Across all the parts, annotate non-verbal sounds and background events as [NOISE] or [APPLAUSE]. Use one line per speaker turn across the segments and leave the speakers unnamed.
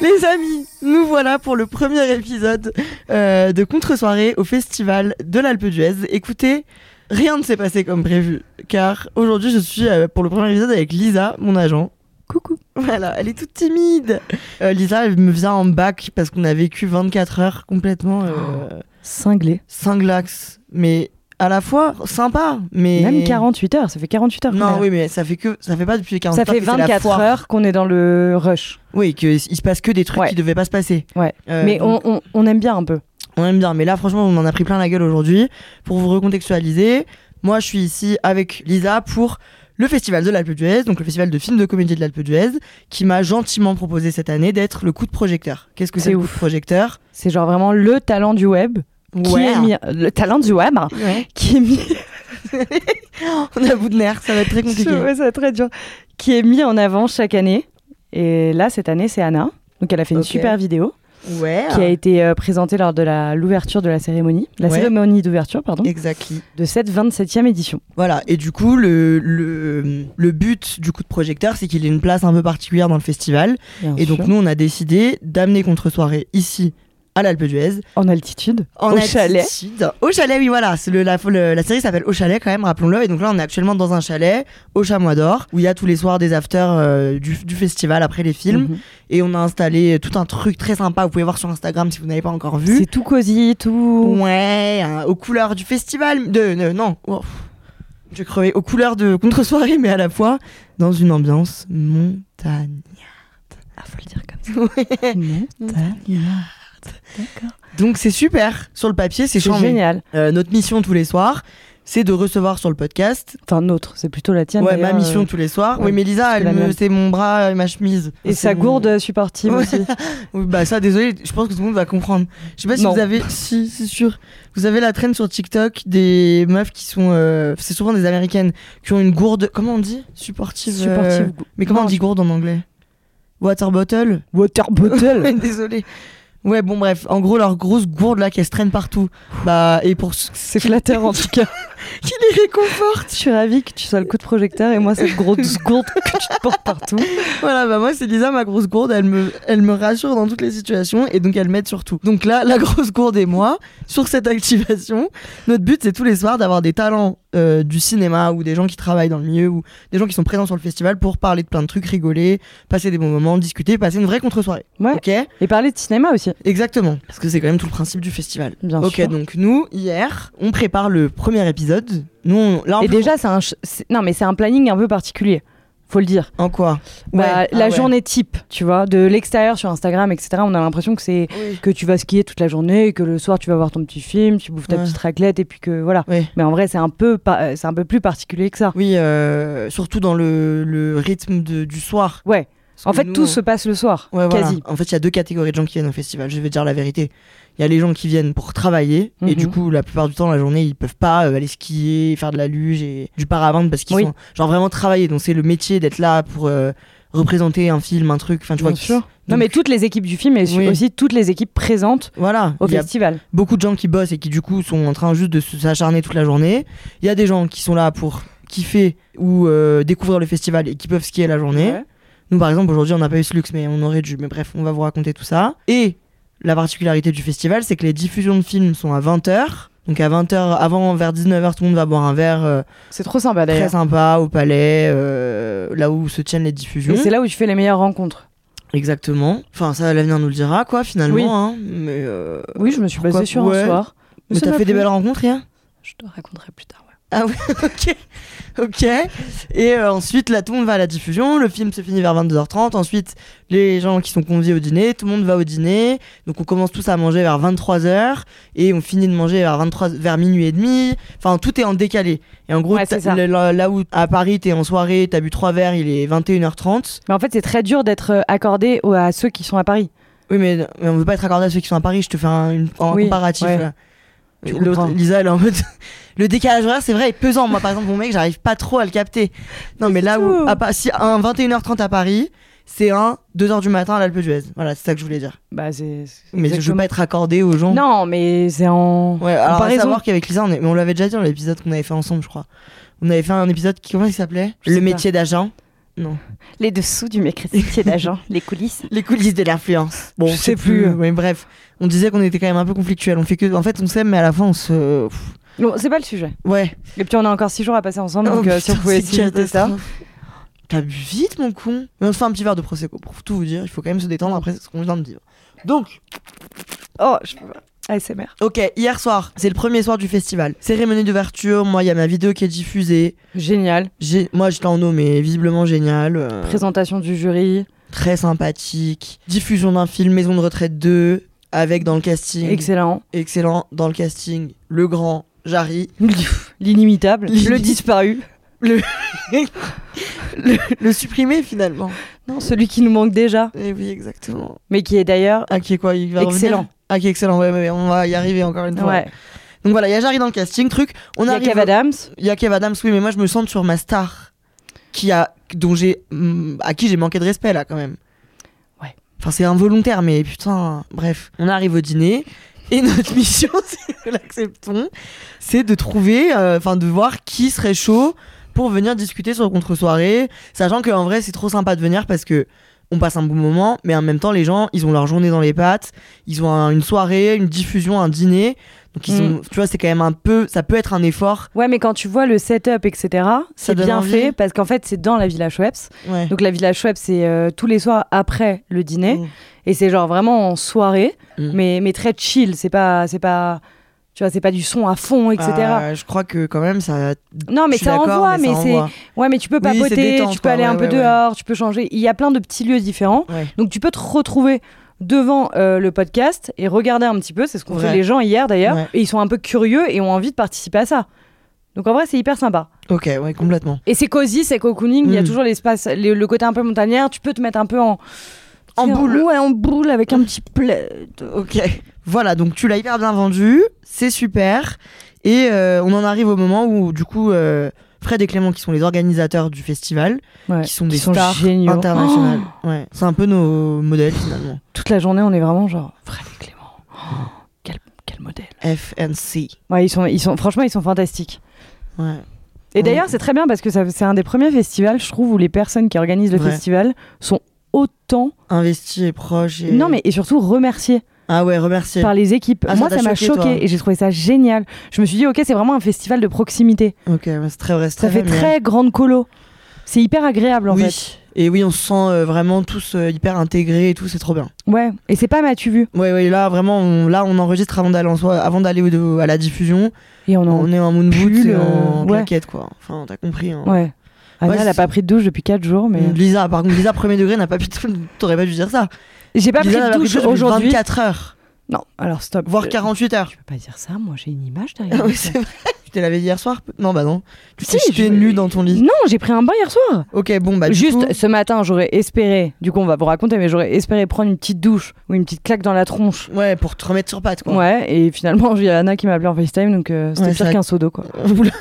Les amis, nous voilà pour le premier épisode euh, de Contre-soirée au festival de l'Alpe d'Huez. Écoutez, rien ne s'est passé comme prévu, car aujourd'hui je suis euh, pour le premier épisode avec Lisa, mon agent. Coucou. Voilà, elle est toute timide. Euh, Lisa, elle me vient en bac parce qu'on a vécu 24 heures complètement
Oh.
euh,
Cinglé.
cinglax, mais à la fois sympa, mais
Même 48 heures, ça fait 48 heures. qu'on est
Non,
là.
oui, mais ça fait que ça fait pas depuis 40
ça fait 24 heures qu'on est dans le rush.
Oui, que il se passe que des trucs
Ouais.
qui devaient pas se passer.
Ouais.
Euh,
mais
donc,
on, on, on aime bien un peu.
On aime bien, mais là franchement on en a pris plein la gueule aujourd'hui. Pour vous recontextualiser, moi je suis ici avec Lisa pour le festival de l'Alpe d'Huez, donc le festival de films de comédie de l'Alpe d'Huez, qui m'a gentiment proposé cette année d'être le coup de projecteur. Qu'est-ce que c'est
C'est
le coup
ouf.
de projecteur
C'est genre vraiment le talent du web. Qui est mis- le talent du web hein,
Ouais.
qui est mis.
hein, [LAUGHS] On a bout de nerfs, ça va être très
[LAUGHS]
compliqué.
Ouais, ça va être très dur. Qui est mis en avant chaque année. Et là, cette année, c'est Anna. Donc, elle a fait une
Ok.
super vidéo
Ouais.
qui a été euh, présentée lors de la- l'ouverture de la cérémonie, la
Ouais.
cérémonie d'ouverture, pardon,
Exactly.
de cette 27e édition.
Voilà, et du coup, le, le, le but du coup de projecteur, c'est qu'il ait une place un peu particulière dans le festival.
bien
Et donc,
sûr.
nous, on a décidé d'amener Contre-soirée ici, à l'Alpe d'Huez,
en altitude,
en
au chalet.
altitude. Au chalet, oui, voilà. C'est le- la, le- la série s'appelle Au chalet, quand même, rappelons-le. Et donc là, on est actuellement dans un chalet, au Chamois d'Or, où il y a tous les soirs des afters euh, du, du festival après les films.
Mhm.
Et on a installé tout un truc très sympa. Vous pouvez voir sur Instagram si vous n'avez pas encore vu.
C'est tout cosy, tout.
Ouais, hein, aux couleurs du festival. De, de- non, oh, pff. je crevais. Aux couleurs de contre-soirée, mais à la fois dans une ambiance montagne.
Ah, faut le dire comme ça. D'accord.
Donc c'est super. Sur le papier, c'est
C'est
chambé.
génial.
Euh, notre mission tous les soirs, c'est de recevoir sur le podcast.
Enfin, notre, c'est plélto la tienne.
Ouais, ma
d'ailleurs,
mission
euh,
tous les soirs. Oui,
ouais,
mais Lisa,
c'est
elle
la
me,
mienne.
c'est mon bras et ma chemise. Ah,
Et
C'est
sa
mon-
gourde euh, supportive
[LAUGHS] Ouais.
aussi.
Oui, Bah ça, désolé, je pense que tout le monde va comprendre. Je sais pas si
Non.
vous avez, si c'est sûr, vous avez la traîne sur TikTok des meufs qui sont, euh, c'est souvent des américaines qui ont une gourde, comment on dit, supportive. euh,
Supportive. gou-
Mais comment
Non,
on dit gourde en anglais Water bottle.
[LAUGHS] Water bottle.
Désolé. Ouais, bon bref, en gros leur grosse gourde là qu'elles se traînent partout. Bah et pour ce
c'est flatteur en tout
[LAUGHS]
cas.
qui les réconforte.
Je suis ravie que tu sois le coup de projecteur et moi
[LAUGHS]
cette grosse gourde que tu te portes partout.
Voilà, bah moi c'est Lisa, ma grosse gourde, elle me, elle me rassure dans toutes les situations et donc elle m'aide surtout. Donc là, la [LAUGHS] grosse gourde et moi, sur cette activation, notre but c'est tous les soirs d'avoir des talents euh, du cinéma ou des gens qui travaillent dans le milieu ou des gens qui sont présents sur le festival pour parler de plein de trucs, rigoler, passer des bons moments, discuter, passer une vraie contre-soirée.
Ouais.
Ok
Et parler de cinéma aussi,
Exactement, parce que c'est quand même tout le principe du festival.
bien
ok,
sûr.
donc nous, hier, on prépare le premier épisode. Nous, on- là, on
Et déjà, c'est un, ch- c'est- non mais c'est un planning un peu particulier. Faut le dire.
En quoi
Bah,
Ouais.
la
Ah ouais.
journée type, tu vois, de l'extérieur sur Instagram, etc. On a l'impression que c'est
Oui.
que tu vas skier toute la journée, que le soir tu vas voir ton petit film, tu bouffes ta
Ouais.
petite raclette et puis que voilà.
Ouais.
Mais en vrai, c'est un peu pa- euh, c'est un peu plus particulier que ça.
Oui, euh, surtout dans le, le rythme de- du soir.
Ouais.
Parce
En
que
fait,
nous,
tout
on-
se passe le soir,
Ouais, voilà.
quasi.
En fait, il y a deux catégories de gens qui viennent au festival. Je vais dire la vérité. Il y a les gens qui viennent pour travailler et
Mhm.
du coup, la plupart du temps, la journée, ils peuvent pas euh, aller skier, faire de la luge et du paravent parce qu'ils
Oui.
sont genre vraiment travailler. Donc c'est le métier d'être là pour euh, représenter un film, un truc. Enfin, tu vois.
Bien
qui-
sûr. Non,
Donc-
mais toutes les équipes du film et su-
Oui.
aussi toutes les équipes présentes
Voilà.
au
Il y a
festival.
beaucoup de gens qui bossent et qui du coup sont en train juste de se- s'acharner toute la journée. Il y a des gens qui sont là pour kiffer ou euh, découvrir le festival et qui peuvent skier la journée.
Ouais.
Nous, par exemple, aujourd'hui, on n'a pas eu ce luxe, mais on aurait dû. Mais bref, on va vous raconter tout ça. Et la particularité du festival, c'est que les diffusions de films sont à 20h. Donc à 20h, avant, vers 19h, tout le monde va boire un verre euh,
C'est trop sympa
très
d'ailleurs.
sympa au palais, euh, là où se tiennent les diffusions.
Et c'est là où tu fais les meilleures rencontres.
Exactement. Enfin, ça, l'avenir nous le dira, quoi, finalement.
Oui.
hein. Mais euh,
Oui, je me suis
Pourquoi
basée sur
ouais.
un soir. Mais
mais
ça
t'as
m'a
fait des
plu.
belles rencontres, rien
Je te raconterai plus tard. ouais.
ok. [LAUGHS] Ok. Et euh, ensuite, là, tout le monde va à la diffusion. Le film se finit vers 22h30. Ensuite, les gens qui sont conviés au dîner, tout le monde va au dîner. Donc, on commence tous à manger vers 23h et on finit de manger vers 23 vers minuit et demi. Enfin, tout est en décalé. Et en gros,
Ouais, c'est
t'as-
ça.
le- le- là où à Paris, t'es en soirée, t'as bu trois verres, il est 21h30.
Mais en fait, c'est très dur d'être euh, accordé au- à ceux qui sont à Paris.
Oui, mais, mais on veut pas être accordé à ceux qui sont à Paris. Je te fais un, une- un
Oui,
comparatif.
ouais.
là.
Tu
L'autre,
comprends.
Lisa, elle est en mode. [LAUGHS] Le décalage horaire, c'est vrai, est pesant. Moi, par exemple, mon mec, j'arrive pas trop à le capter. Non, mais là où.
tout.
à Pa- si un 21h30 à Paris, c'est un 2h du matin à l'Alpe d'Huez. Voilà, c'est ça que je voulais dire.
Bah, c'est. c'est
Mais je veux
exactement-
pas être accordé aux gens.
Non, mais c'est en.
Ouais, alors, à
Comparaison.
savoir qu'avec Lisa, on, est- mais on l'avait déjà dit dans l'épisode qu'on avait fait ensemble, je crois. On avait fait un épisode qui, comment il s'appelait
Je sais
Le
pas.
métier d'agent.
Les dessous du métier d'agent, les coulisses.
Les coulisses de l'influence. Bon,
Je
on
sais
sait
plus.
Mais bref, on disait qu'on était quand même un peu conflictuel. On fait que, en fait, on s'aime, mais à la fin, on se. Pff,
[LAUGHS] Non, c'est pas le sujet.
Ouais.
Et puis on a encore six jours à passer ensemble,
Oh,
donc euh, si
putain,
on pouvait
c'est
éviter ça.
catastrophe. T'as bu vite, mon con. Mais on se fait un petit verre de prosecco pour tout vous dire. Il faut quand même se détendre après ce qu'on vient de dire. Donc,
Oh, je peux pas. ASMR.
ok, hier soir, c'est le premier soir du festival. Cérémonie d'ouverture. Moi, il y a ma vidéo qui est diffusée.
Génial.
J'ai- Moi, j'étais en eau, mais visiblement génial. euh,
Présentation du jury.
très sympathique. Diffusion d'un film Maison de retraite 2 avec dans le casting.
Excellent. [LAUGHS]
excellent dans le casting. Le grand Jarry.
L'inimitable.
L'ini-
Le disparu.
Le, le supprimé finalement.
Non, celui qui nous manque déjà,
Et Eh oui, exactement.
mais qui est d'ailleurs
Ah, qui est quoi Il va revenir
excellent.
Ah, qui est excellent, ouais, ouais, on va y arriver encore une fois.
Ouais.
Donc voilà, il y a Jarry dans le casting, truc. On
euh, Il y a
arrive
Kev
au-
Adams.
Il y a Kev Adams, oui, mais moi je me sens sur ma star, qui a, dont j'ai, hum, à qui j'ai manqué de respect là quand même.
Ouais.
Enfin, c'est involontaire, mais putain, bref. On arrive au dîner, et notre [LAUGHS] mission, si nous l'acceptons, c'est de trouver, euh, enfin de voir qui serait chaud pour venir discuter sur le contre-soirée, sachant qu'en vrai c'est trop sympa de venir parce que on passe un bon moment, mais en même temps les gens, ils ont leur journée dans les pattes, ils ont un- une soirée, une diffusion, un dîner, donc ils
Mm.
ont, tu vois, c'est quand même un peu, ça peut être un effort.
Ouais, mais quand tu vois le setup, etc., c'est
donne
bien
envie.
fait parce qu'en fait, c'est dans la Villa Schweppes.
Ouais.
Donc, la Villa Schweppes, c'est euh, tous les soirs après le dîner.
Mm.
Et c'est genre vraiment en soirée,
Mm.
mais, mais très chill. C'est pas, c'est pas, tu vois, c'est pas du son à fond, etc.
Ah, je crois que quand même ça.
non, mais
je suis
ça
d'accord,
envoie, mais,
ça
c'est.
envoie.
Ouais, mais tu peux
Oui, c'est
papoter,
détente,
tu peux
quoi,
aller
ouais,
un peu
ouais, ouais.
dehors, tu peux changer. Il y a plein de petits lieux différents.
Ouais.
Donc tu peux te retrouver devant euh, le podcast et regarder un petit peu. C'est ce qu'ont
Ouais.
fait les gens hier d'ailleurs.
Ouais.
Et ils sont un peu curieux et ont envie de participer à ça. Donc en vrai, c'est hyper sympa.
Ok, ouais, complètement.
Et c'est cosy, c'est cocooning. Il y a
Mm.
toujours l'espace, le, le côté un peu montagnard. Tu peux te mettre un peu en.
En boule.
Ouais, en boule avec un petit plaid.
Ok. Voilà, donc tu l'as hyper bien vendu, c'est super. Et euh, on en arrive au moment où, du coup, euh, Fred et Clément, qui sont les organisateurs du festival,
Ouais,
qui sont Oh. des stars
géniaux.
internationales. Ouais. C'est un peu nos modèles finalement.
Oh, toute la journée, on est vraiment genre Fred et Clément. Oh, quel, quel modèle.
F and C.
Ouais, ils sont, ils sont, franchement, ils sont fantastiques.
Ouais.
Et
Ouais.
d'ailleurs, c'est très bien parce que ça- c'est un des premiers festivals, je trouve, où les personnes qui organisent le
Ouais.
festival sont autant.
Investi et proche. Et...
Non, mais et surtout remerciées
Ah ouais, remercier.
par les équipes.
Ah, ça
Moi,
t'a
ça m'a
choqué, toi.
choqué et j'ai trouvé ça génial. Je me suis dit, ok, c'est vraiment un festival de proximité.
Ok, ouais, c'est très vrai. c'est
Ça fait
vrai, mais-
très grande colo. C'est hyper agréable en
Oui.
fait.
Et oui, on se sent euh, vraiment tous euh, hyper intégrés et tout, c'est trop bien.
Ouais. Et c'est pas m'as-tu vu
Ouais, ouais, là vraiment, on, là on enregistre avant d'aller en soi, avant d'aller au- à la diffusion.
Et on en.
on est en moon boot,
pull,
et en
euh, ouais.
claquette quoi. Enfin, t'as compris. hein.
Ouais. Anna,
Ouais,
elle
c'est-
a
Mm.
pas pris de douche depuis 4 jours, mais.
Lisa, par contre, Lisa premier degré n'a pas pu. [LAUGHS] T'aurais pas dû dire ça.
J'ai pas
Lisa n'a
pris de
pris
douche
depuis
aujourd'hui.
24 heures,
Non, alors stop.
voire
Euh,
48 heures.
Tu peux pas dire ça, moi j'ai une image
Ah [LAUGHS]
derrière.
oui,
moi.
c'est vrai. Tu t'es lavé hier soir Non, bah non. Tu t'es
Si,
jeté
je-
nu dans ton lit.
non, j'ai pris un bain hier soir.
Ok, bon bah du
Juste
coup,
ce matin, j'aurais espéré, du coup on va vous raconter, mais j'aurais espéré prendre une petite douche ou une petite claque dans la tronche.
ouais, pour te remettre sur pattes quoi.
Ouais, et finalement, [LAUGHS] j'ai Anna qui m'a appelé en FaceTime, donc euh, c'était
Ouais,
pire
ça-
qu'un seau d'eau, quoi.
[LAUGHS] Oula.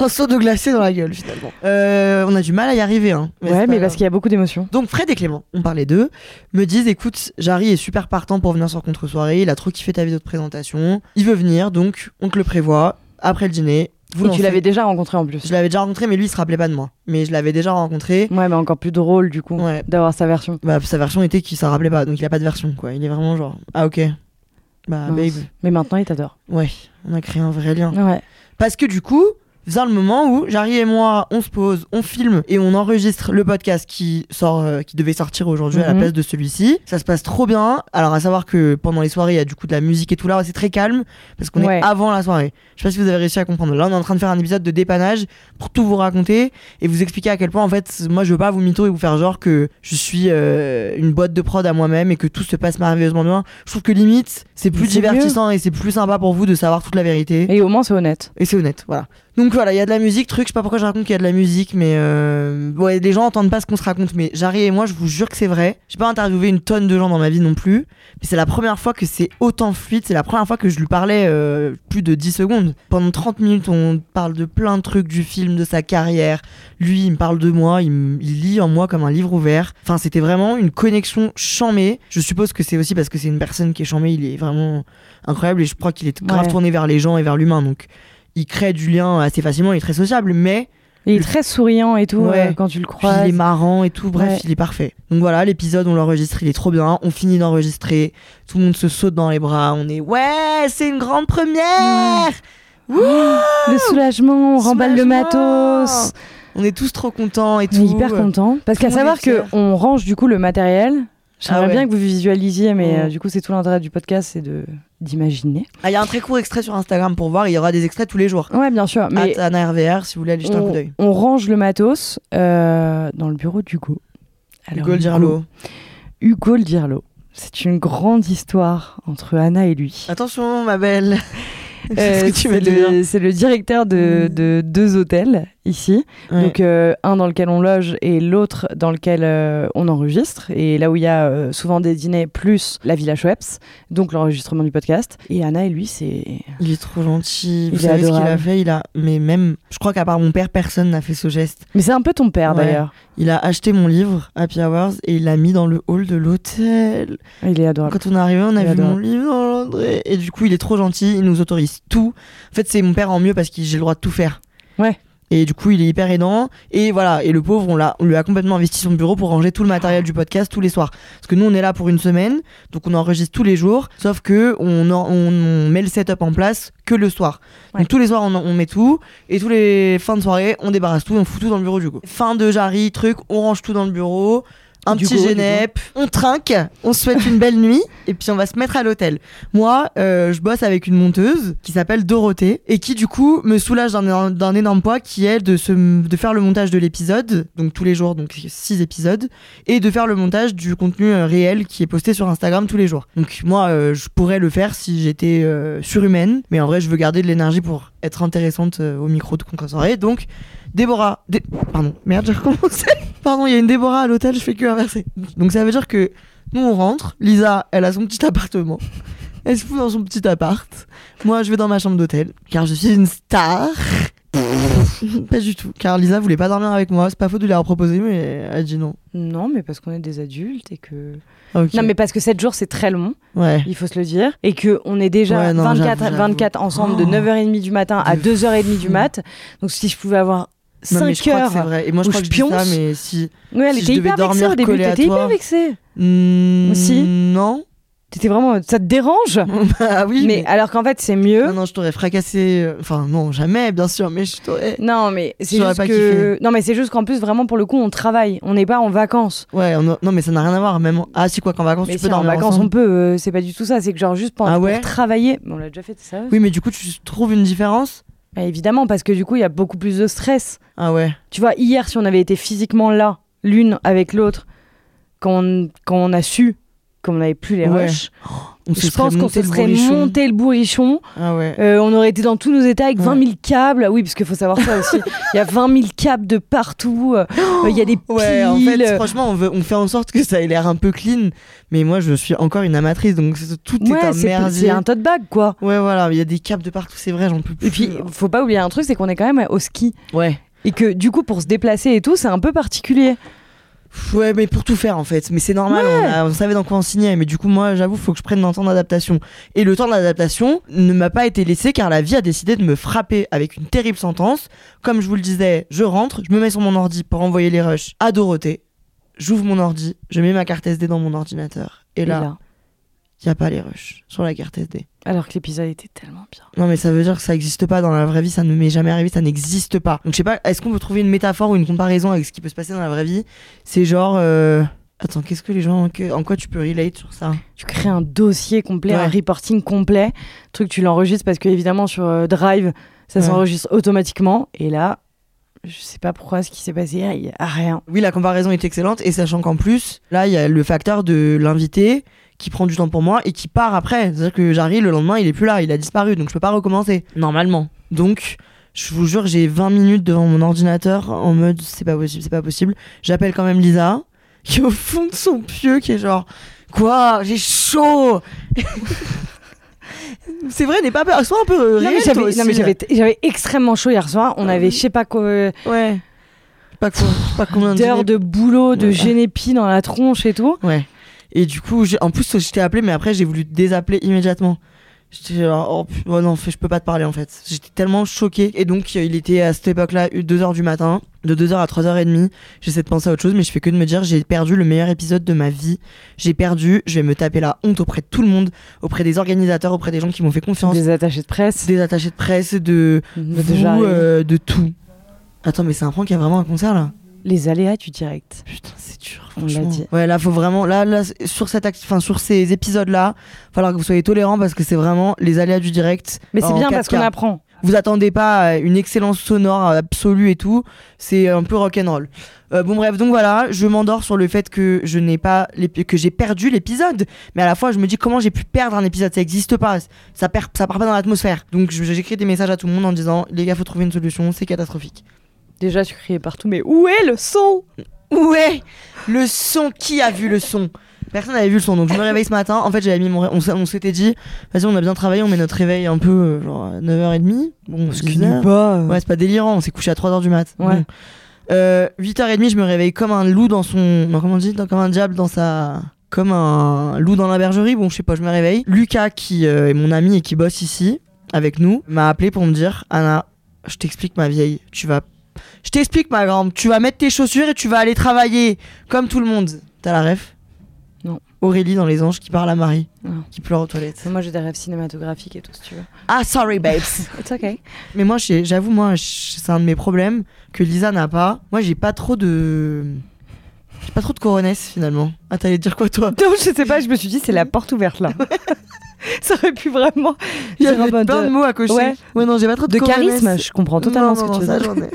Un seau de glacé dans la gueule finalement. Euh, on a du mal à y arriver. Hein. c'est
ouais,
pas
mais
grave.
parce qu'il y a beaucoup d'émotions.
Donc Fred et Clément, on parlait d'eux, me disent écoute, Jarry est super partant pour venir sur Contre Soirée, il a trop kiffé ta vidéo de présentation, il veut venir, donc on te le prévoit, après le dîner, vous
Et
lancez.
tu l'avais déjà rencontré en plus.
Je l'avais déjà rencontré, mais lui, il se rappelait pas de moi. Mais je l'avais déjà rencontré.
Ouais, mais encore plus drôle du coup
Ouais.
d'avoir sa version.
Bah, sa version était qu'il s'en rappelait pas, donc il a pas de version, quoi. Il est vraiment genre, ah ok. Bah,
Mince.
babe.
Mais maintenant, il t'adore.
Ouais, on a créé un vrai lien.
Ouais.
Parce que du coup, vient le moment où Jarry et moi, on se pose, on filme et on enregistre le podcast qui sort, euh, qui devait sortir aujourd'hui à la
Mhm.
place de celui-ci. Ça se passe trop bien. Alors à savoir que pendant les soirées, il y a du coup de la musique et tout là, c'est très calme parce qu'on est
Ouais.
avant la soirée. Je sais pas si vous avez réussi à comprendre. Là, on est en train de faire un épisode de dépannage pour tout vous raconter et vous expliquer à quel point en fait, moi, je veux pas vous mytho et vous faire genre que je suis euh, une boîte de prod à moi-même et que tout se passe merveilleusement bien. Je trouve que limite, c'est plus
Mais c'est mieux.
divertissant et c'est plus sympa pour vous de savoir toute la vérité.
Et au moins, c'est honnête.
Et c'est honnête, voilà. Donc voilà, il y a de la musique, truc, je sais pas pourquoi je raconte qu'il y a de la musique, mais euh... ouais, les gens entendent pas ce qu'on se raconte, mais Jarry et moi, je vous jure que c'est vrai. J'ai pas interviewé une tonne de gens dans ma vie non plus, mais c'est la première fois que c'est autant fluide, c'est la première fois que je lui parlais euh, plus de 10 secondes. Pendant 30 minutes, on parle de plein de trucs du film, de sa carrière. Lui, il me parle de moi, il, me- il lit en moi comme un livre ouvert. Enfin, c'était vraiment une connexion chamée. Je suppose que c'est aussi parce que c'est une personne qui est chamée, il est vraiment incroyable et je crois qu'il est grave
Ouais.
tourné vers les gens et vers l'humain, donc il crée du lien assez facilement, il est très sociable, mais
Et il est très souriant et tout
Ouais.
euh, quand tu le
puis il
croises.
est marrant et tout, bref,
Ouais.
il est parfait. Donc voilà, l'épisode, on l'enregistre, il est trop bien, on finit d'enregistrer, tout le monde se saute dans les bras, on est ouais, c'est une grande première Wouh
[GASPS] Le soulagement, on remballe le
Soulagement
matos.
On est tous trop contents et
On est
tout.
hyper content. euh, Parce
Tout le
qu'à
monde
savoir
est fier.
qu'on range du coup le matériel. J'aimerais
Ah ouais.
bien que vous visualisiez, mais
Ouais.
euh, du coup, c'est tout l'intérêt du podcast, c'est de d'imaginer.
Ah, il y a un très court extrait sur Instagram pour voir, il y aura des extraits tous les jours.
Ouais, bien sûr. Mais Oh.
Mais... Anna RVR, si vous voulez aller jeter un coup
on,
d'œil.
on range le matos euh, dans le bureau d'Hugo. Alors,
Hugo Girlo.
Hugo le Dirlo. C'est une grande histoire entre Anna et lui.
Attention, ma
[LAUGHS]
belle. C'est ce
Euh,
que tu vas
Ah, c'est
devenir.
le, c'est le directeur de, de deux hôtels ici.
Ouais.
Donc euh, un dans lequel on loge et l'autre dans lequel euh, on enregistre. Et là où il y a euh, souvent des dîners plus la Villa Schweppes, donc l'enregistrement du podcast. Et Anna et lui, c'est...
Il est trop gentil. Vous
Il est
savez ce qu'il a
adorable.
fait Il a, mais même, je crois qu'à part mon père, personne n'a fait ce geste.
Mais c'est un peu ton père
Ouais.
d'ailleurs.
Il a acheté mon livre Happy Hours et il l'a mis dans le hall de l'hôtel.
Il est adorable.
Quand on est arrivé, on a
Il
vu
adore.
mon livre dans l'entrée. Et du coup, il est trop gentil. Il nous autorise tout. En fait, c'est mon père en mieux parce que j'ai le droit de tout faire.
Ouais.
Et du coup, il est hyper aidant. Et voilà. Et le pauvre, on l'a, on lui a complètement investi son bureau pour ranger tout le matériel du podcast tous les soirs. Parce que nous, on est là pour une semaine. Donc on enregistre tous les jours, sauf que on, en- on- on met le setup en place que le soir.
Ouais.
Donc tous les soirs on, en- on met tout et tous les fins de soirée on débarrasse tout et on fout tout dans le bureau du coup. Fin de Jarry, truc, on range tout dans le bureau. Un
Du
petit
coup, du
génep, on trinque, on se souhaite une belle [LAUGHS] nuit et puis on va se mettre à l'hôtel. Moi, euh, je bosse avec une monteuse qui s'appelle Dorothée et qui du coup me soulage d'un énorme- d'un énorme poids qui est de, se, de faire le montage de l'épisode, donc tous les jours, donc six épisodes, et de faire le montage du contenu euh, réel qui est posté sur Instagram tous les jours. Donc moi, euh, je pourrais le faire si j'étais euh, surhumaine, mais en vrai, je veux garder de l'énergie pour être intéressante euh, au micro de contre soirée. Donc, Déborah, Dé- pardon, merde, j'ai recommencé. pardon, il y a une Déborah à l'hôtel, je fais que inverser. Donc ça veut dire que nous on rentre, Lisa, elle a son petit appartement. Elle se fout dans son petit appart. Moi, je vais dans ma chambre d'hôtel, car je suis une star. pas du tout, car Lisa voulait pas dormir avec moi. C'est pas faux de lui avoir proposé, mais elle a dit non. Ah,
Non, mais parce qu'on est des adultes et que...
Ok.
Non, mais parce que 7 jours, c'est très long.
Ouais.
il faut se le dire, et qu'on est déjà
Ouais, non,
24,
j'avoue,
24 ensemble de
Oh.
9h30 du matin à
De
2h30 du mat. Donc si je pouvais avoir
Non, mais
5
je crois que c'est
heures.
vrai. Et moi, je
où
crois
je
que je dis ça,
pionce.
mais si.
Ouais, elle
Si je
était
devais
hyper vexée
dormir
au début,
collée à
t'étais hyper
toi.
vexée.
Mm,
Si.
Non. [LAUGHS]
T'étais vraiment, ça te dérange
bah oui.
mais, alors qu'en fait, c'est mieux.
Non, non, je t'aurais fracassé. euh, Enfin, non, jamais, bien sûr, mais je t'aurais.
Non, mais c'est
J'aurais
juste
pas
que. Non, mais c'est juste qu'en plus, vraiment, pour le coup, on travaille. On n'est pas en vacances.
Ouais, on a- non, mais ça n'a rien à voir. Même. en- Ah, si, quoi, qu'en vacances,
mais
tu peux
si, en
dormir
vacances,
ensemble.
on peut. euh, c'est pas du tout ça. C'est que, genre, juste pour,
Ah
pour
ouais
travailler. Mais on l'a déjà fait, c'est ça
Oui, mais du coup, tu trouves une différence
Bah, Évidemment, parce que du coup, il y a beaucoup plus de stress.
Ah ouais.
Tu vois, hier, si on avait été physiquement là, l'une avec l'autre, quand on, quand on a su qu'on n'avait plus les
Ouais.
rushs,
On
je pense qu'on se
le
serait
bourrichon.
monté le bourrichon.
Ah ouais.
Euh, on aurait été dans tous nos états avec
Ouais.
20 000 câbles. Oui, parce qu'il faut savoir ça aussi. Il y a 20 000 câbles de partout. Euh, Il y a des piles.
Oh Ouais, en fait, franchement, on, veut- on fait en sorte que ça ait l'air un peu clean, mais moi, je suis encore une amatrice, donc c'est- tout est
Ouais,
un
c'est
merdier.
c'est un tote bag, quoi.
Ouais, voilà, il y a des câbles de partout, c'est vrai, j'en peux plus.
Et puis, faut pas oublier un truc, c'est qu'on est quand même au ski.
ouais.
Et que du coup, pour se déplacer et tout, c'est un peu particulier.
Ouais, mais pour tout faire en fait. Mais c'est normal, on, a- on savait dans quoi on signait. Mais du coup, moi, j'avoue, faut que je prenne un temps d'adaptation. Et le temps d'adaptation ne m'a pas été laissé car la vie a décidé de me frapper avec une terrible sentence. Comme je vous le disais, je rentre, je me mets sur mon ordi pour envoyer les rushs à Dorothée. J'ouvre mon ordi, je mets ma carte SD dans mon ordinateur. Et
Et là.
là, il n'y a pas les rushs sur la carte SD.
Alors que l'épisode était tellement bien.
Non, mais ça veut dire que ça n'existe pas dans la vraie vie, ça ne m'est jamais arrivé, ça n'existe pas. Donc je sais pas, est-ce qu'on peut trouver une métaphore ou une comparaison avec ce qui peut se passer dans la vraie vie C'est genre. euh, Attends, qu'est-ce que les gens. que- En quoi tu peux relate sur ça
Tu crées un dossier complet,
Ouais.
un reporting complet. Truc, tu l'enregistres parce que, évidemment, sur euh, Drive, ça
Ouais.
s'enregistre automatiquement. Et là, je sais pas pourquoi ce qui s'est passé hier, il y a rien.
Oui, la comparaison est excellente, et sachant qu'en plus, là, il y a le facteur de l'invité qui prend du temps pour moi et qui part après. C'est-à-dire que j'arrive le lendemain, il est plus là, il a disparu, donc je peux pas recommencer. Normalement. Donc. Je vous jure, j'ai 20 minutes devant mon ordinateur en mode c'est pas possible, c'est pas possible. J'appelle quand même Lisa, [LAUGHS] qui est au fond de son pieu, qui est genre Quoi J'ai chaud [LAUGHS] C'est vrai, n'aie pas peur. Sois un peu euh,
Non, mais
réel, toi
j'avais-
aussi.
non, mais j'avais j'avais extrêmement chaud hier soir. On
Ah
avait,
oui.
je sais pas quoi,
Ouais. Pas, quoi, pas combien
d'heures
dîners-
de boulot, de
Ouais.
génépi dans la tronche et tout.
Ouais. Et du coup, j'ai- en plus, je t'ai appelé, mais après, j'ai voulu te désappeler immédiatement. J'étais genre, oh, pu- oh non, fais- je peux pas te parler en fait. J'étais tellement choquée. Et donc, euh, il était à cette époque-là, 2h du matin, de 2h à 3h30. J'essaie de penser à autre chose, mais je fais que de me dire, j'ai perdu le meilleur épisode de ma vie. J'ai perdu, je vais me taper la honte auprès de tout le monde, auprès des organisateurs, auprès des gens qui m'ont fait confiance,
Des attachés de presse.
des attachés de presse, de,
de-
vous,
déjà,
euh, de tout. Attends, mais c'est un prank, il y a vraiment un concert là
Les aléas du direct.
Putain, c'est dur,
On l'a
franchement.
dit.
Ouais, là, faut vraiment. Là, là sur, cette act- enfin, sur ces épisodes-là, falloir que vous soyez tolérants parce que c'est vraiment les aléas du direct.
Mais c'est
en
bien parce
4K.
qu'on apprend.
Vous attendez pas à une excellence sonore euh, absolue et tout. C'est un peu rock'n'roll. Euh, bon, bref, donc voilà, je m'endors sur le fait que je n'ai pas. l'ép- que j'ai perdu l'épisode. Mais à la fois, je me dis comment j'ai pu perdre un épisode. Ça n'existe pas. Ça, perd, ça part pas dans l'atmosphère. Donc, je- j'écris des messages à tout le monde en disant les gars, faut trouver une solution, c'est catastrophique.
Déjà, tu criais partout, mais où est le son
Ouais, le son, qui a vu le son Personne n'avait vu le son, donc je me réveille ce matin. En fait, j'avais mis mon ré- on, s'est- on s'était dit, vas-y, on a bien travaillé, on met notre réveil un peu euh, genre à 9h30. Bon, 10h.
pas. euh,
Ouais, c'est pas délirant, on s'est couché à 3h du mat.
Ouais.
Bon. Euh, 8h30, je me réveille comme un loup dans son. Non, comment on dit Dans- Comme un diable dans sa. Comme un loup dans la bergerie. Bon, je sais pas, je me réveille. Lucas, qui euh, est mon ami et qui bosse ici avec nous, m'a appelé pour me dire Anna, je t'explique ma vieille, tu vas. Je t'explique ma grande, tu vas mettre tes chaussures et tu vas aller travailler comme tout le monde. T'as la ref
Non.
Aurélie dans Les Anges qui parle à Marie,
Non.
qui pleure aux toilettes.
Moi, j'ai des rêves cinématographiques et tout, si tu veux.
Ah, sorry, babes.
It's okay.
Mais moi, j'ai- j'avoue, moi, je- c'est un de mes problèmes que Lisa n'a pas. Moi, j'ai pas trop de. J'ai pas trop de coronesse finalement. Ah, t'allais dire quoi toi
Donc, je sais pas, je me suis dit, c'est la porte ouverte là. [LAUGHS] Ça aurait pu vraiment.
Il y
dire euh, un
avait
peu
plein de mots à cocher.
Ouais.
non, j'ai pas trop de,
de
coronesse.
charisme, je comprends totalement
Non,
ce
non,
que tu
non, ça,
veux dire. [LAUGHS]
j'en ai.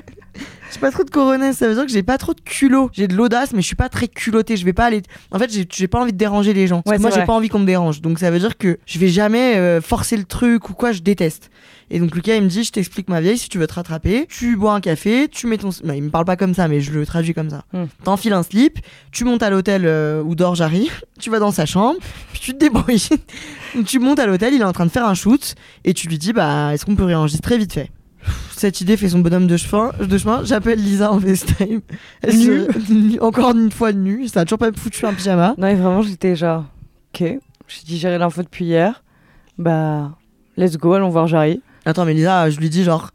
J'ai pas trop de coronesse, ça veut dire que j'ai pas trop de culot. J'ai de l'audace, mais je suis pas très culottée. Je vais pas aller. En fait, j'ai- j'ai pas envie de déranger les gens. Parce
Ouais,
que moi,
c'est
j'ai
vrai.
pas envie qu'on me dérange. Donc, ça veut dire que je vais jamais euh, forcer le truc ou quoi, je déteste. Et donc, Lucas, il me dit Je t'explique ma vieille, si tu veux te rattraper, tu bois un café, tu mets ton. Bah, il me parle pas comme ça, mais je le traduis comme ça.
Hmm.
T'enfiles un slip, tu montes à l'hôtel euh, où dort Jarry, [LAUGHS] tu vas dans sa chambre, puis tu te débrouilles. [LAUGHS] tu montes à l'hôtel, il est en train de faire un shoot, et tu lui dis Bah, est-ce qu'on peut réenregistrer vite fait cette idée fait son bonhomme de chemin. De chemin. J'appelle Lisa en FaceTime. Est-ce que- Nu- Encore une fois nue. Ça a toujours pas foutu un pyjama.
Non, mais vraiment, j'étais genre, ok, j'ai digéré l'info depuis hier. Bah, let's go, allons voir Jarry.
Attends, mais Lisa, je lui dis genre,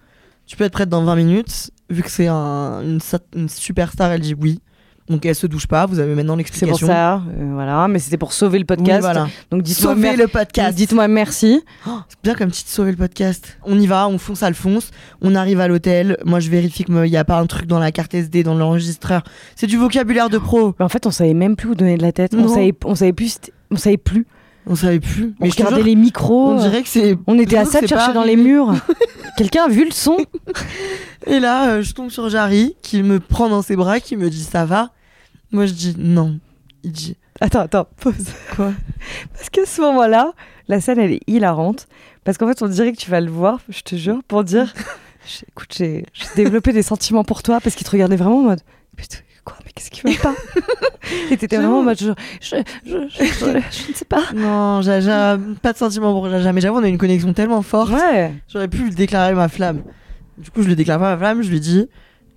tu peux être prête dans 20 minutes. Vu que c'est un- une, sa- une superstar, elle dit oui. Donc elle se douche pas. Vous avez maintenant
C'est
l'explication.
pour ça, euh, voilà. Mais c'était pour sauver le
Oui,
podcast.
voilà.
Donc, dites-moi
Sauver
mer-
le podcast.
dites-moi merci.
Oh, c'est bien comme petite sauver le podcast. On y va, on fonce à le fonce. On arrive à l'hôtel. Moi, je vérifie qu'il n'y a pas un truc dans la carte SD, dans l'enregistreur. C'est du vocabulaire de pro.
Mais en fait, on savait même plus où donner de la tête. On
Non.
savait, on savait plus. c'était- On savait plus.
On savait plus.
On
je te
regardait
jure,
les micros.
on dirait que c'est
On était à
J'avoue
ça
que
de
c'est pas
chercher dans les
arrivé. [LAUGHS]
murs. Quelqu'un a vu le son
Et là, euh, je tombe sur Jarry qui me prend dans ses bras, qui me dit ça va. Moi, je dis non. Il dit
Attends, attends, pause.
Quoi
Parce qu'à ce moment-là, la scène, elle est hilarante. Parce qu'en fait, on dirait que tu vas le voir, je te jure, pour [LAUGHS] dire J'ai- Écoute, j'ai j'ai développé des sentiments pour toi. Parce qu'il te regardait vraiment en mode Putain, quoi, mais qu'est-ce qu'il veut pas Et t'étais vraiment en mode Je, je, je, je- je- je ne sais pas.
non, Jaja, pas de sentiment pour Jaja. Mais j'avoue, on a une connexion tellement forte.
Ouais.
J'aurais pu lui déclarer ma flamme. Du coup, je lui déclare pas ma flamme, je lui dis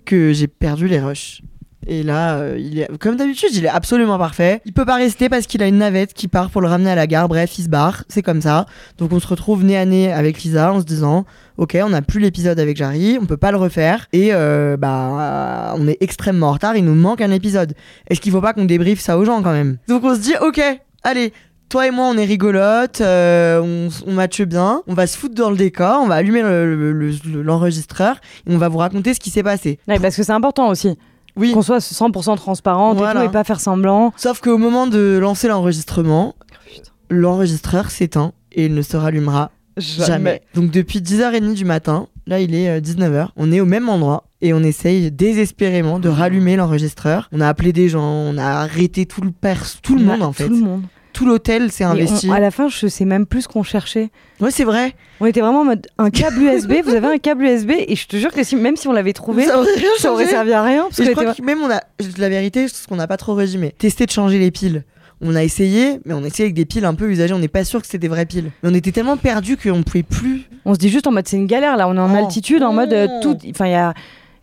que j'ai perdu les rushs. Et là, euh, il est, comme d'habitude, il est absolument parfait. Il peut pas rester parce qu'il a une navette qui part pour le ramener à la gare. Bref, il se barre. C'est comme ça. Donc on se retrouve nez à nez avec Lisa en se disant, ok, on n'a plus l'épisode avec Jarry, on peut pas le refaire. Et euh, bah, on est extrêmement en retard. Il nous manque un épisode. Est-ce qu'il faut pas qu'on débriefe ça aux gens quand même Donc on se dit, ok, allez. Toi et moi, on est rigolote, euh, on, s- on matche bien, on va se foutre dans le décor, on va allumer le- le- le- l'enregistreur, et on va vous raconter ce qui s'est passé.
Ouais, parce que c'est important aussi
Oui.
qu'on soit 100% transparente et,
Voilà.
tout, et pas faire semblant.
Sauf qu'au moment de lancer l'enregistrement,
Oh,
l'enregistreur s'éteint et il ne se rallumera jamais. Donc depuis 10h30 du matin, là il est 19h, on est au même endroit et on essaye désespérément de rallumer l'enregistreur. On a appelé des gens, on a arrêté tout le perse, tout le monde en fait.
Tout le monde.
Tout l'hôtel s'est
Et
investi.
on- à la fin, je sais même plus ce qu'on cherchait.
Ouais, c'est vrai.
On était vraiment en mode un câble USB. vous avez un câble USB et je te jure que si, même si on l'avait trouvé,
Ça aurait rien
[LAUGHS] ça aurait
changé.
servi à rien. Parce
Et
qu'on
je
était-
crois que même on a, la vérité, ce qu'on n'a pas trop résumé, testé de changer les piles. On a essayé, mais on a essayé avec des piles un peu usagées. On n'est pas sûr que c'était des vraies piles. Mais on était tellement perdus qu'on ne pouvait plus
On se dit juste en mode c'est une galère là. On est en
Oh.
altitude, en mode euh,
Mmh.
tout. Enfin, il y a,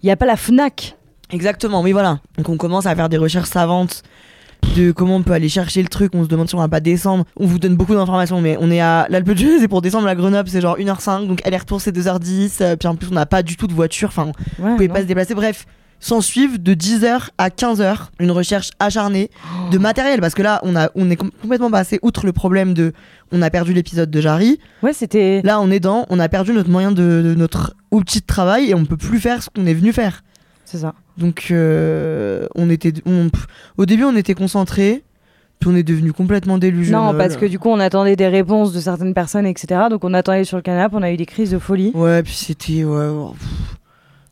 il y a pas la Fnac.
Exactement, oui voilà. Donc on commence à faire des recherches savantes de comment on peut aller chercher le truc, on se demande si on va pas descendre. On vous donne beaucoup d'informations, mais on est à l'Alpe d'Huez et pour descendre à Grenoble c'est genre 1h05, donc aller-retour c'est 2h10, euh, puis en plus on n'a pas du tout de voiture, enfin on
Ouais,
pouvait
non.
pas se déplacer. Bref, s'en suivent de 10h à 15h une recherche acharnée de matériel, parce que là on, a, on est com- complètement passé outre le problème de on a perdu l'épisode de Jarry,
Ouais, c'était.
là on est dans, on a perdu notre moyen de, de notre outil de travail et on peut plus faire ce qu'on est venu faire.
C'est ça.
Donc euh, on était on- pff, au début on était concentrés puis on est devenu complètement délusionnel.
Non, parce que du coup, on attendait des réponses de certaines personnes, etc. Donc, on attendait sur le canapé, on a eu des crises de folie.
ouais, puis c'était ouais, oh, pff,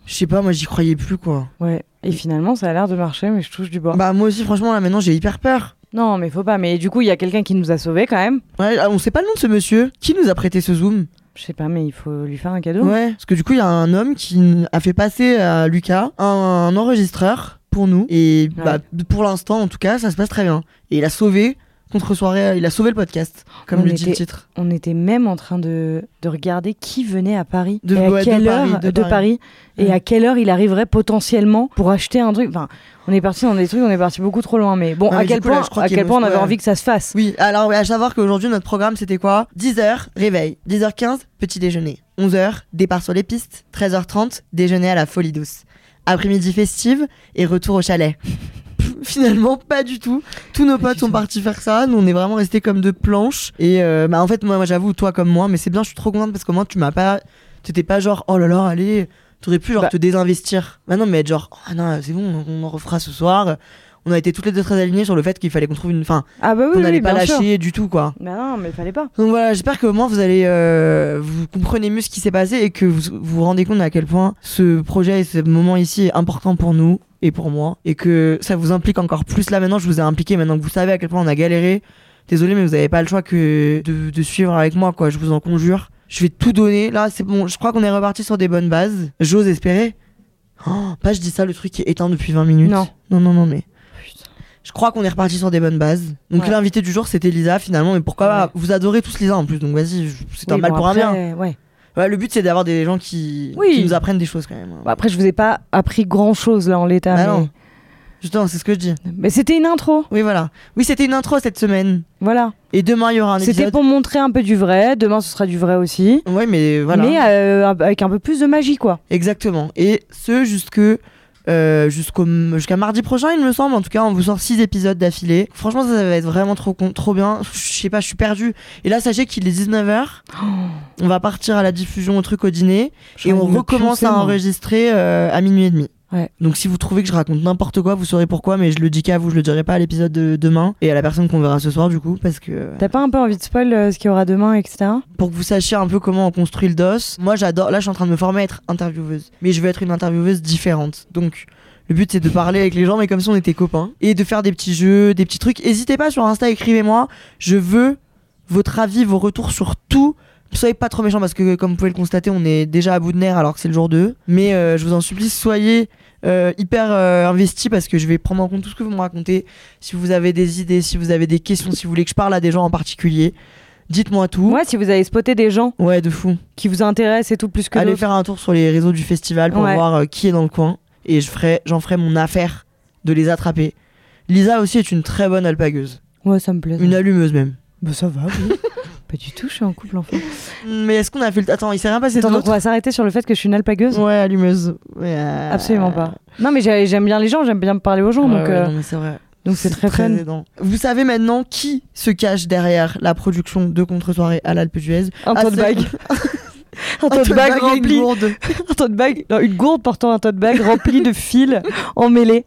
je sais pas, moi j'y croyais plus quoi.
Ouais. Et finalement, ça a l'air de marcher, mais je touche du bois.
Bah moi aussi franchement là maintenant j'ai hyper peur.
Non, mais faut pas. Mais du coup, il y a quelqu'un qui nous a sauvés quand même.
Ouais, ah, on sait pas le nom de ce monsieur qui nous a prêté ce zoom.
Je sais pas, mais il faut lui faire un cadeau.
Ouais, parce que du coup il y a un homme qui n- a fait passer à Lucas un, un enregistreur pour nous et bah, pour l'instant en tout cas ça se passe très bien et il a sauvé contre soirée, il a sauvé le podcast comme
On
le dit le
était
titre.
On était même en train de, de regarder qui venait à Paris.
De-
et à
ouais, de
quelle heure
Paris, de Paris.
Et
Ouais.
à quelle heure il arriverait potentiellement pour acheter un truc. Enfin, on est parti dans des trucs, on est parti beaucoup trop loin. Mais bon,
Ouais,
à,
mais du
quel
coup, là,
point,
je crois
à
qu'il
quel
me-
point on avait
ouais.
envie que ça se fasse
Oui, alors à savoir qu'aujourd'hui notre programme c'était quoi 10h, réveil. 10h15, petit déjeuner. 11h, départ sur les pistes. 13h30, déjeuner à la folie douce. Après-midi festive et retour au chalet. [LAUGHS] Finalement, pas du tout. Tous nos
Pas
potes
du
sont
tout.
partis faire ça. Nous, on est vraiment restés comme deux planches. Et euh, bah, en fait, moi, moi, j'avoue, toi comme moi, mais c'est bien, je suis trop contente parce qu'au moins, tu m'as pas. T'étais pas genre, oh là là, allez, t'aurais pu genre
Bah.
te désinvestir. Bah non, mais être genre, ah non, c'est bon, on en refera ce soir. On a été toutes les deux très alignées sur le fait qu'il fallait qu'on trouve une. Enfin,
Ah bah oui,
on
oui,
n'allait
oui,
pas
bien sûr.
lâcher du tout quoi.
Bah non, mais fallait pas.
Donc voilà, j'espère que au moins vous allez euh, vous comprenez mieux ce qui s'est passé et que vous vous vous rendez compte à quel point ce projet et ce moment ici est important pour nous et pour moi et que ça vous implique encore plus là maintenant, je vous ai impliqué maintenant que vous savez à quel point on a galéré. Désolé mais vous n'avez pas le choix que de, de suivre avec moi quoi, je vous en conjure. Je vais tout donner. Là, c'est bon, je crois qu'on est reparti sur des bonnes bases. J'ose espérer. Oh, pas je dis ça le truc qui est éteint depuis 20 minutes.
Non.
Non non non mais je crois qu'on est reparti sur des bonnes bases. Donc
Ouais.
l'invité du jour, c'était Lisa finalement. Mais pourquoi
Ouais.
pas Vous adorez tous Lisa en plus, donc vas-y, je- c'est un
Oui,
mal
bon,
pour
après,
un bien.
Ouais.
Ouais, le but, c'est d'avoir des gens qui...
Oui.
qui nous apprennent des choses quand même.
Bon, après, je vous ai pas appris grand chose là en l'état.
Bah
mais-
non. Justement, c'est ce que je dis.
mais c'était une intro.
Oui, voilà. Oui, c'était une intro cette semaine.
Voilà.
Et demain, il y aura un
C'était
épisode.
pour montrer un peu du vrai. Demain, ce sera du vrai aussi.
Ouais, mais voilà.
Mais euh, avec un peu plus de magie, quoi.
Exactement. Et ce, jusque. euh, jusqu'au jusqu'à mardi prochain il me semble en tout cas on vous sort 6 épisodes d'affilée franchement ça, ça va être vraiment trop con- trop bien je sais pas je suis perdu et là sachez qu'il est 19h on va partir à la diffusion au truc au dîner et on recommence à enregistrer euh, à minuit et demi.
Ouais.
Donc si vous trouvez que je raconte n'importe quoi, vous saurez pourquoi, mais je le dis qu'à vous, je le dirai pas à l'épisode de demain et à la personne qu'on verra ce soir du coup, parce que
T'as pas un peu envie de spoil euh, ce qu'il y aura demain, etc.
pour que vous sachiez un peu comment on construit le DOS. Moi j'adore, là je suis en train de me former à être intervieweuse, mais je veux être une intervieweuse différente. Donc le but c'est de parler avec les gens, mais comme si on était copains, et de faire des petits jeux, des petits trucs. N'hésitez pas sur Insta, écrivez-moi, je veux votre avis, vos retours sur tout. Soyez pas trop méchants parce que, comme vous pouvez le constater, on est déjà à bout de nerfs alors que c'est le jour 2. Mais euh, je vous en supplie, soyez euh, hyper euh, investis parce que je vais prendre en compte tout ce que vous me racontez. Si vous avez des idées, si vous avez des questions, si vous voulez que je parle à des gens en particulier, dites-moi tout.
Moi, si vous avez spoté des gens
Ouais, de fou.
qui vous intéressent et tout plus que
Allez
d'autres.
faire un tour sur les réseaux du festival pour
Ouais.
voir euh, qui est dans le coin. Et je ferai, j'en ferai mon affaire de les attraper. Lisa aussi est une très bonne alpagueuse,
Ouais, ça me plaît. ça.
une allumeuse même.
Bah, ça va, oui. [LAUGHS] Pas du tout, je suis en couple enfant.
Mais est-ce qu'on a fait le. Attends, il s'est rien passé
Attends, donc on
d'autre
va s'arrêter sur le fait que je suis une alpagueuse
Ouais, allumeuse. Ouais, euh,
Absolument pas. Non, mais j'ai- j'aime bien les gens, j'aime bien parler aux gens,
ouais,
donc
ouais,
euh,
non, mais c'est vrai.
donc c'est très fun.
aidant. Vous savez maintenant qui se cache derrière la production de contre-soirée à l'Alpe d'Huez
un
Ah,
tote
c'est-
bag. [LAUGHS] Un tote bag
et une
rempli.
gourde.
Un tote bag. Non, une gourde portant un tote bag rempli de [LAUGHS] fils emmêlés.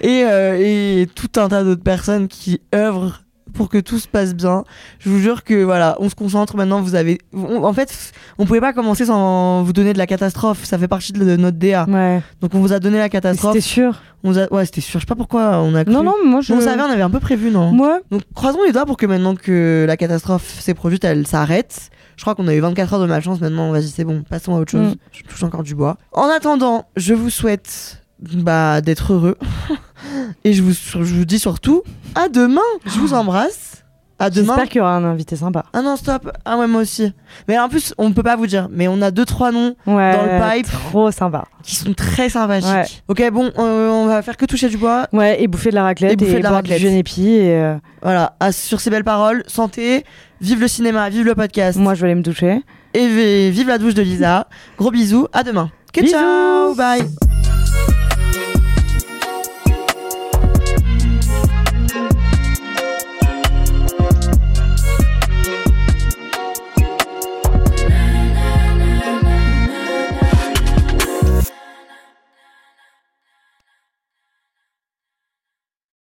Et, euh, et tout un tas d'autres personnes qui œuvrent pour que tout se passe bien. Je vous jure que voilà, on se concentre maintenant. Vous avez, on- en fait, on pouvait pas commencer sans vous donner de la catastrophe. Ça fait partie de, de notre DA.
Ouais.
Donc on vous a donné la
Mais
catastrophe.
Mm. C'était sûr.
On vous a- ouais, c'était sûr. Je sais pas pourquoi on a. Cru.
Non, non, mais moi je.
On savait, on avait un peu prévu, non
Moi,
Donc croisons les doigts pour que maintenant que la catastrophe s'est produite, elle s'arrête. Je crois qu'on a eu 24 heures de malchance, maintenant vas-y c'est bon, passons à autre chose.
Mm.
Je touche encore du bois. En attendant, je vous souhaite bah, d'être heureux. [LAUGHS] Et je vous, je vous dis surtout, à demain Je vous embrasse. À demain
j'espère qu'il y aura un invité sympa.
Ah non, stop Ah ouais, moi aussi. Mais en plus, on peut pas vous dire, mais on a deux trois noms
Ouais.
dans le pipe
Trop sympa.
qui sont très sympathiques.
Euh, Ouais.
Ok, bon, euh, on va faire que toucher du bois.
Ouais, et bouffer de la raclette
Et bouffer de la
boire
raclette.
du Genepi et euh,
Voilà, Ah, sur ces belles paroles, santé, vive le cinéma, vive le podcast.
moi je vais aller me doucher.
et vive la douche de Lisa. Gros bisous, à demain. Que
Bisous.
ciao, bye.